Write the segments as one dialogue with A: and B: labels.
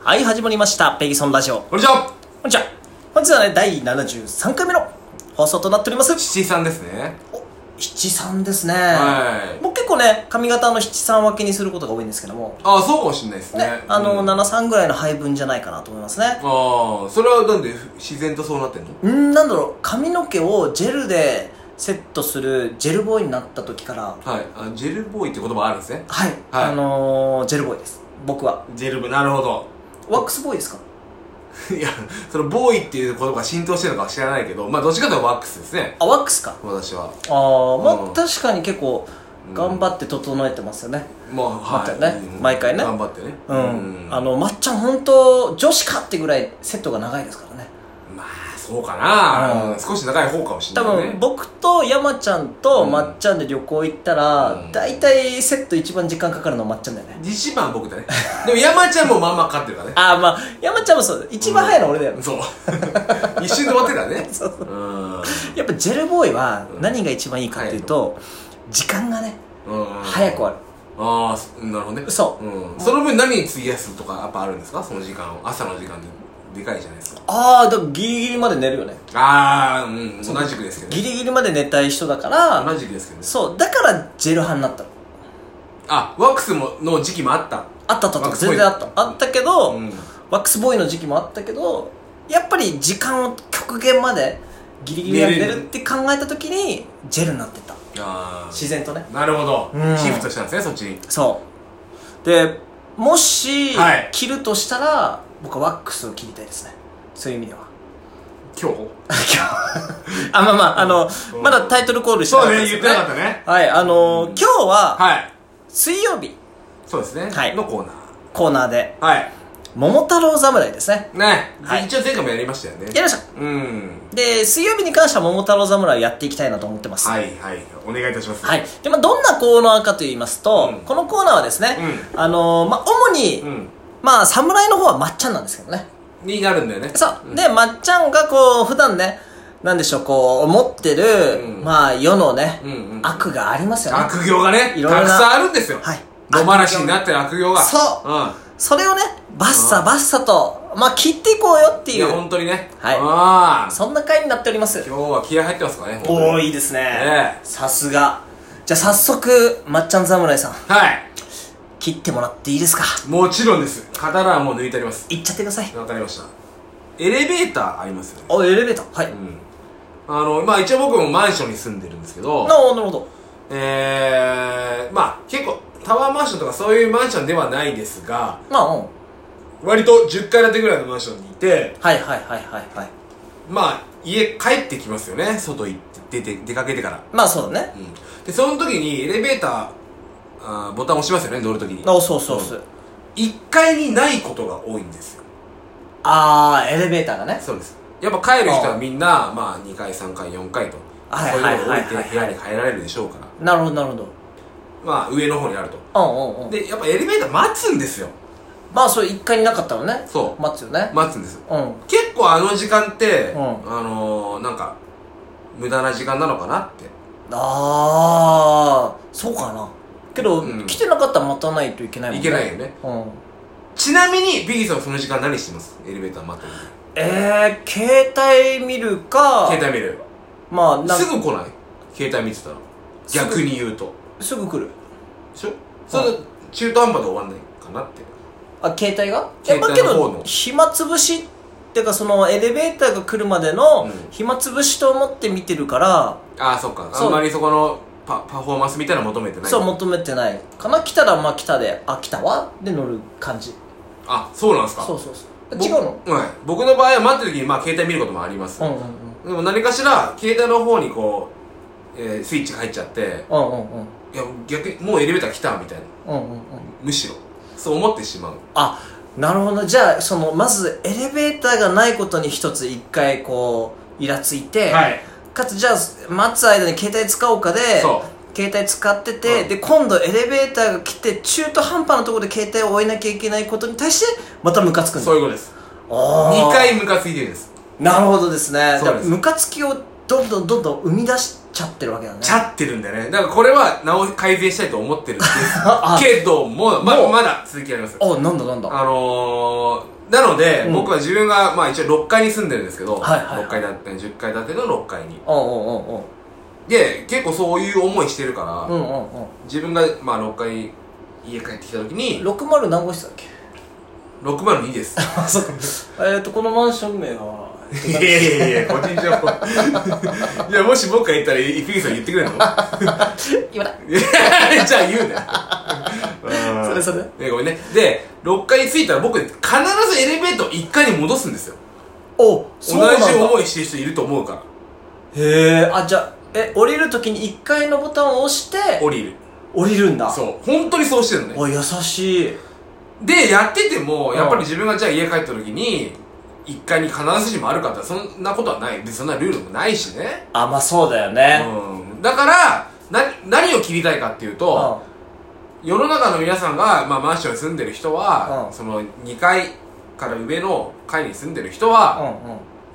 A: はい、始まりました。ペギソンラジオ。こ
B: こんにちは
A: んにちは。本日はね、第73回目の放送となっております。
B: 七さんですね
A: お七三ですね。
B: はい
A: 僕結構ね、髪型の七三分けにすることが多いんですけども、
B: ああそうかもしれないですね
A: ね、あの、
B: うんあ
A: 七三ぐらいの配分じゃないかなと思いますね。
B: あそれはなんで自然とそうなってんの
A: うん、なんだろう、髪の毛をジェルでセットするジェルボーイになった時から、
B: はいあジェルボーイって言葉あるんですね
A: はい、
B: はい
A: あのー、ジェルボーイです。僕は。
B: ジェルボーイなるほど
A: ワックスボーイですか
B: いやそのボーイっていう言葉が浸透してるのかは知らないけどまあどっちかというとワックスですね
A: あ、ワックスか。
B: 私は
A: あー、まあ、
B: うん
A: 確かに結構、
B: うん
A: 頑張って整えてますよね。
B: まあはい、
A: またね
B: うん
A: 毎回ね
B: 頑張ってね
A: うん、あのまっちゃん本当女子かってぐらいセットが長いですからね
B: まあそうかな、
A: うん
B: うん少し長い方かもしれ
A: 多
B: ないね
A: 分僕と山ちゃんとまっちゃんで旅行行ったら、
B: うん
A: 大体セット一番時間かかるのまっちゃんだよね、
B: 一番僕だねでも山ちゃんもまあまあ勝ってるからね
A: ああまあ山ちゃんもそう一番早いの俺だよ、
B: そう 一瞬で終わってたね
A: そうそう
B: うん
A: やっぱジェルボーイは
B: うん
A: 何が一番いいかっていうと、時間がね早
B: 早
A: く終わる
B: ああそなるほどね、
A: そう
B: ん、その分何に費やすとかやっぱあるんですかその時間を朝の時間ででかいじゃないですか
A: ああだからギリギリまで寝るよね
B: ああうん同じくですけど
A: ギ
B: ね
A: リギリまで寝たい人だから、
B: 同じくですけどね
A: そうだからジェル派になったの
B: あワックスもの時期もあった
A: あったあったあっ
B: ワ
A: た
B: ックス
A: 全
B: ボーイ
A: 然あったあったけど、
B: ん
A: ワックスボーイの時期もあったけどやっぱり時間を極限までギリギリやって
B: 寝れ
A: る
B: る
A: って考えた時にジェルになってた
B: あ
A: 自然とね
B: あなるほど、
A: うん
B: シフトしたんですねそっちに
A: そうでもし、
B: はい
A: 切るとしたら僕はワックスを切りたいですねそういう意味で は
B: 今日
A: あまあまああの、
B: うん
A: まだタイトルコールしてな
B: そ
A: か
B: う
A: った
B: ね
A: です
B: 言
A: よ
B: ってなかったね
A: はいあのー今日は
B: はい
A: 水曜日
B: そうですね、
A: はい
B: のコーナ
A: コーナーで
B: ーはい
A: 「桃太郎侍」ですね
B: ね、
A: はい
B: 一応前回もやりましたよね
A: やりました
B: うん
A: で水曜日に関しては「桃太郎侍」をやっていきたいなと思ってます
B: はいはいお願いいたします
A: はい。で、まあ、どんなコーナーかと言いますと、
B: うん
A: このコーナーはですね、あのーまあ、主に、
B: うん
A: まあ、侍の方はまっちゃんなんですけどね。
B: になるんだよね
A: そう。
B: ん
A: で、まっちゃんがこう、普段ね、なんでしょう、こう、思ってる、
B: うん
A: まあ、世のね、
B: うんうん
A: 悪がありますよね。
B: 悪行がね、
A: いろいろな
B: たくさんあるんですよ。
A: はい
B: 野放しになってる悪行が。
A: そう
B: う
A: それをね、バッサ
B: うん
A: バッサと、まあ、切っていこうよって
B: ん。い
A: い
B: や、
A: う、
B: 本当にね。
A: はい
B: ああ。
A: そんな回になっております。
B: 今日は気合入ってますかね。
A: おー、
B: い。
A: いいです
B: ね
A: ね。さすが。じゃあ、早速、まっちゃん侍さん、
B: はい。
A: 切ってもらっていいですか。
B: もちろんです。刀はもう抜いてあります。
A: いっちゃってください。
B: わかりました。エレベーターありますよね。
A: お、エレベーター。はい。
B: う
A: な、
B: ん。あの、まあ一応僕もマンションに住んでるんですけど、
A: なるほど。
B: えー、まあ結構タワーマンションとかそういうマンションではないですが、
A: まあ、うん。
B: 割と10階建てぐらいのマンションにいて、
A: はいはいはいはいはい
B: まあ家帰ってきますよね。外行って、出て、出かけてから。
A: まあそうだね
B: うんでその時にエレベーターあーボタン押しますよね乗る時に
A: あそうそうそう、
B: 1階にないことが多いんですよ
A: ああエレベーターがね
B: そうですやっぱ帰る人はみんなまあ2階3階4階と
A: はい
B: そういうのが
A: は
B: 降
A: いはい
B: り
A: はい
B: て部屋に入られるでしょうか
A: な
B: ら
A: るほどなるほど
B: まあ上の方にあると
A: うんうんうん
B: でやっぱエレベーター待つんですよ
A: まあそれ一回になかったらね
B: そう
A: 待つよね、
B: 待つんです
A: うん
B: 結構あの時間って、
A: うん
B: あのー、なんか無駄な時間なのかなって
A: ああそうかなけど、
B: うん
A: 来てなかったら待たないといけないもん
B: いけないよね
A: うん
B: ちなみにビギーさんはその時間何してますエレベーター待ってる
A: えー、携帯見るか
B: 携帯見る
A: まあなん
B: すぐ来ない携帯見てたら
A: すぐ
B: 逆に言うと
A: すぐ来る
B: でしょそれ中途半端で終わんないかなって
A: あ携帯が
B: 携帯の方の
A: えまあけど暇つぶしっていうかそのエレベーターが来るまでの
B: うん
A: 暇つぶしと思って見てるから、
B: ああそっか
A: そう
B: あんまりそこのパパフォーマンスみたいなの求めてない
A: そう求めてないかな来たらまあ来たであ来たわで乗る感じ
B: あそうなんですか
A: そうそうそう
B: ぼ
A: 違うの
B: はい僕の場合は待ってる時にまあ携帯見ることもあります、
A: うんうんうん
B: でも何かしら携帯の方にこう、えースイッチが入っちゃって
A: うんうんうん
B: いや逆にもうエレベーター来たみたいな
A: うんうんうん
B: むしろそう思ってしまう
A: あなるほどじゃあそのまずエレベーターがないことに一つ一回こうイラついて、
B: い
A: かつじゃあ待つ間に携帯使おうかで
B: そ
A: 携帯使ってて、
B: うん
A: で今度エレベーターが来て中途半端なところで携帯を追えなきゃいけないことに対してまたムカつく
B: う
A: だ
B: んそういうことです
A: あ
B: 2
A: ー
B: 回ムカついてるんです
A: なるほどですね
B: そ
A: だ
B: うで
A: か
B: す
A: らムカつきをどんどんどんどん生み出しちゃってるわけだね
B: ちゃってるんだよね。だからこれは直し改善したいと思ってるんです
A: あ
B: けども、ま
A: もう
B: まだ続きあります。
A: あなんだなんだ
B: あのー、なので、
A: うん
B: 僕は自分が、まあ一応6階に住んでるんですけど、
A: はいはいはい
B: 6階だって、10階建ての6階に。
A: おうおう
B: で、結構そういう思いしてるから、
A: おうおううんうん
B: 自分が、まあ6階、家帰ってきた時に、
A: うん60何号室だっけ
B: 602です。
A: あそうかえっとこのマンション名 はい
B: やいや いや、個人情報。いや、もし僕が言ったら、イピーさん言ってくれ るの じゃ
A: 言わない
B: あ言うな。
A: それそれ
B: れ。ごめんね。で、6階に着いたら僕、必ずエレベーターを1階に戻すんですよ。
A: お
B: 同
A: そうなんだ
B: じ思いしてる人いると思うから。
A: へえあじゃあえ降りるときに1階のボタンを押して
B: 降りる。
A: 降りるんだ
B: そう。本当にそうしてるのね。
A: あ優しい
B: で、やってても、
A: うん
B: やっぱり自分がじゃあ家帰った時に、1階に必ずしもあるかって言ったらそんなことはない。で、そんなルールもないしね。
A: あまあそうだよね
B: うん。だから、な、何を切りたいかっていう
A: う
B: と、世の中の皆さんが、まあ、マンションに住んでる人は、
A: うん
B: その2階から上の階に住んでる人
A: う
B: は、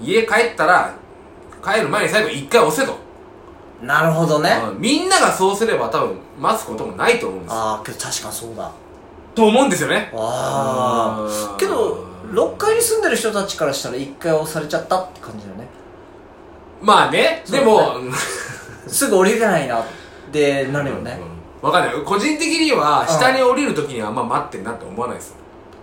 A: ん
B: 家帰ったら帰る前に最後1回押せと、
A: うんなるほどね
B: うんみんながそうすれば多分待つこともないと思うんです
A: ああけど確かにそうだ
B: と思うんですよね
A: あ
B: う
A: あ
B: ん
A: けど6階に住んでる人たちからしたら1階押されちゃったって感じだよ ね
B: まあね
A: そう
B: で
A: ね
B: もうん
A: すぐ降りれないなってなるよね
B: うんわかんない個人的には
A: うん
B: 下に降りるときにはあんま待ってんなって思わないですよ、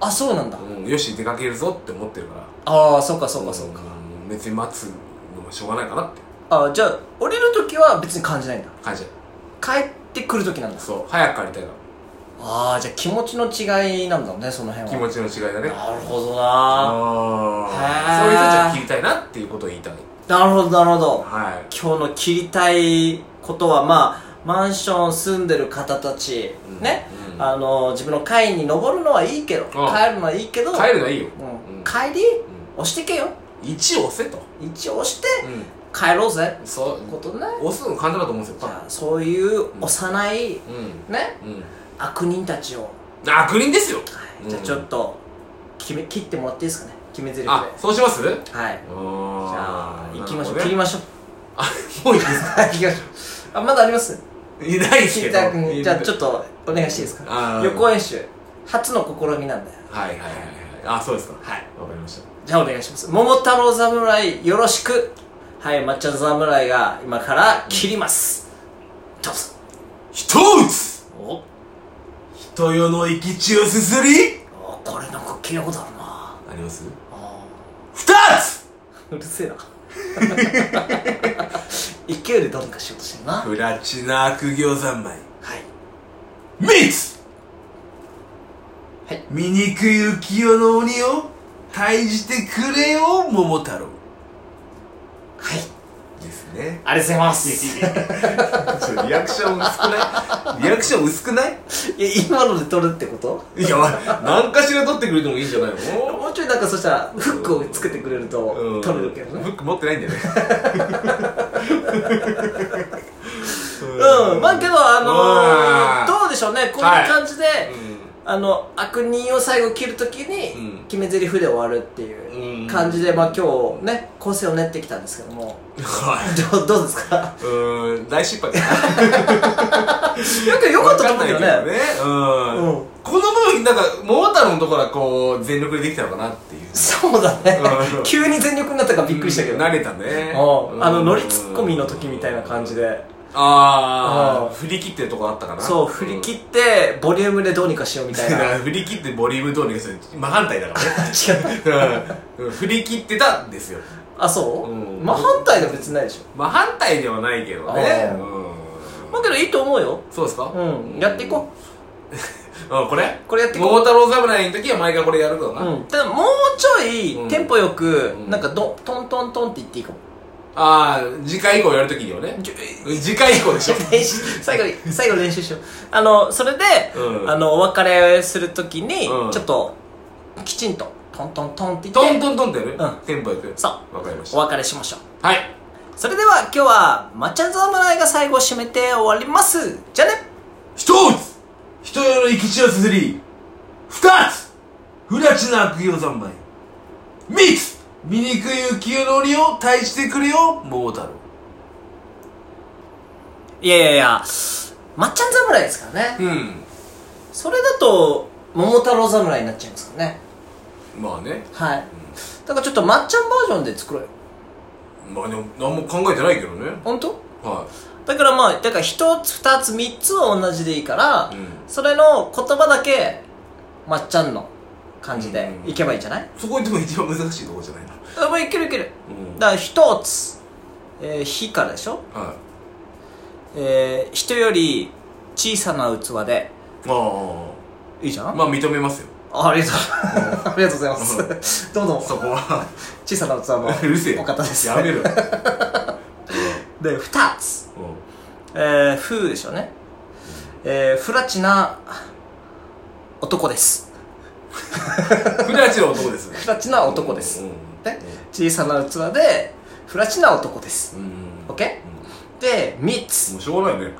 A: あそうなんだ
B: うん、よし出かけるぞって思ってるから
A: ああそうかそうかそうか
B: ん別に待つのもしょうがないかなって
A: あーじゃあ降りるときは別に感じないんだ
B: 感じ
A: 帰ってくるときなんだ
B: そう早く帰りたいか
A: ああじゃあ気持ちの違いなんだろうねその
B: ら
A: 辺
B: 気
A: は
B: 持ちの違いだね
A: なるほど
B: あー
A: な
B: そういう人たち
A: へー
B: を切りたいなっていうことを言いたい
A: なるほどなるほど
B: はい
A: 今日の切りたいことはまあマンション住んでる方たち、
B: うん
A: ね、
B: うん
A: あの自分の階に登るのはいいけど、
B: ん
A: 帰るのはいいけど
B: 帰るのはいいよ
A: うん
B: うん
A: 帰り押してけよ
B: 一押せと
A: 一応押して
B: う
A: 帰ろうぜ
B: んそう
A: ってことね
B: 押すの簡単だと思うんです
A: じ
B: よ
A: ゃあそういう幼い、
B: うん
A: ね
B: うん
A: 悪人たちを、は
B: あグリーンですよ
A: いじゃあ
B: うん
A: ちょっと決め切ってもらっていいですかね決め台詞では
B: あそうしますじ
A: いじゃあ行きましょう切り
B: ね
A: ましょう
B: あもういいですか
A: はい行きましょうあまだあります
B: いないです
A: 桐
B: け
A: 田君
B: ど
A: じゃあちょ
B: っ
A: っとお願いしていいですか
B: と
A: 予行演習初の試みなんだよ
B: はいはいはいはいあそうですかはいわかりました
A: じゃあお願いします桃太郎侍よろしくはい抹茶侍が今から切ります、どうぞ
B: 一つ
A: おお
B: 人世の生き血をすすり
A: これなんか聞いたことあるな
B: あります
A: あ
B: 二つ
A: ーうるせえな 勢いでどうにかしようとしてるなはい
B: プラチナ悪行三昧三つ
A: はい
B: 醜い浮世の鬼を退治してくれよ桃太郎
A: はい
B: ですね
A: ありがとうございますい
B: ちょリアクション薄くないリアクション薄くない
A: や今ので撮るってこと
B: いや何かしら取ってくれてもいいんじゃないの
A: もうちょいなんかそしたらフックをつけてくれると撮れるけど
B: フ
A: ね
B: ック持ってないんだよね
A: うんまあけどあのー、
B: うわ
A: どうでしょうねこんな感じで、
B: ー
A: あの悪人を最後切るとき
B: う
A: に
B: ん
A: 決め台詞で終わるって
B: う
A: いうん感じで、まあ今日ね構成を練ってきたんですけど も
B: は
A: どうどうですか
B: いうん大失敗だな
A: よく よかったと思うよ
B: わかん
A: ね
B: ないけどねうん
A: うん
B: この分なんか桃太郎のところはこう全力でできたのかなっていう
A: そうだね
B: うん
A: 急に全力になったからびっくりしたけど、
B: うん慣れたね
A: うんあの乗りツッコミの時みたいな感じでう
B: あ
A: ん
B: あ振り切ってるとこあったかな
A: そう振り切ってボリュームでどうにかしようみたい
B: だか
A: な違
B: ら 振り切ってボリュームどうにかする真反対だか
A: う
B: らねうん振り切ってたんですよ
A: あそう、
B: うん
A: まあ反対では別にないでしょ
B: 真反対ではないけどね
A: あー
B: うん
A: まあけどいいと思うよ
B: そうですか
A: うんやっていこ
B: ううんこれ
A: うこれやっていこう
B: 桃太郎侍の時は毎回これやるからな
A: うん、ただもうちょい
B: うん
A: テンポよく、
B: うん
A: なんかどトントントンって言っていいかも、
B: ああ次回以降やる時にはね
A: ちょ
B: 次回以降でしょ
A: 練習最後に最後練習しようあのそれで、
B: うん
A: あのお別れするときに、
B: うん
A: ちょっときちんとトントントンって言
B: ト
A: って
B: ントントンってやる
A: うん
B: テンポよく
A: そう
B: わかりまし
A: お別れしましょう
B: たはい
A: それでは今日は「まっちゃん侍」が最後締めて終わりますじゃあね
B: 一つ人よの生き血をすすり二つ不らちな悪行三昧三つ醜い浮世の鬼を退治してくれよ桃太郎
A: いやいやいやまっちゃん侍ですからね、
B: うん
A: それだと桃太郎侍になっちゃいますからね
B: まあね
A: はいだからちょっとまっちゃんバージョンで作ろうよ
B: まあでも何も考えてないけどね
A: 本当
B: は
A: だからまあだから1つ2つ3つは同じでいいから、
B: い、うん、
A: それの言葉だけまっちゃんの感じでいけばいいんじゃない、
B: そこでも一番難しいとこじゃないな
A: あもういけるいける
B: うん
A: だから一つ、えー、火からでしょ、
B: はい
A: えー、人より小さな器で
B: あ
A: いいじゃ
B: あ
A: ん、
B: まあ認めますよ
A: あ、ありがとうありがとうございますどうも
B: そこは
A: 小さな器の
B: うるせえ
A: お方です
B: やめろ よ
A: で二つ、
B: うんうん
A: えー、風でしょうね、えー、フラチな男です
B: フラチの男です
A: フラチな男です、
B: うん
A: ね小さな器でフラチな男です
B: うんうん
A: オッケ
B: うん
A: ーで三つ
B: もうしょうがないね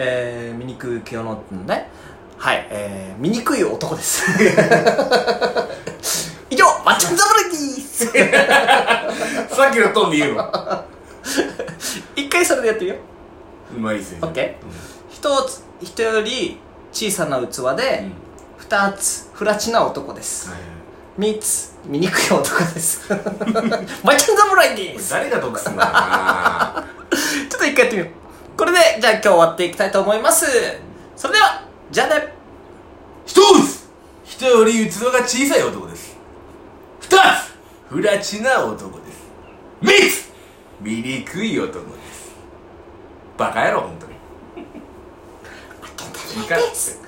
A: えー、醜い清のねはいえー、醜い男です 以上マッチョン侍です
B: さっきのトーンで言えば
A: 一回それでやってみよう
B: うまいっすよ
A: オッケ一つ人より小さな器
B: うん
A: で
B: うん
A: 二つフラチな男です
B: はい
A: 三つ醜い男です マッチョン侍で
B: これ
A: す
B: 誰が得すんだろうな
A: ちょっと一回やってみようこれでじゃあ今日終わっていきたいと思いますそれではじゃあね
B: 一つ人より器が小さい男です二つ不らちな男です三つ醜い男ですバカ野郎本当に
A: マッチョン
B: いい
A: 侍
B: から
A: です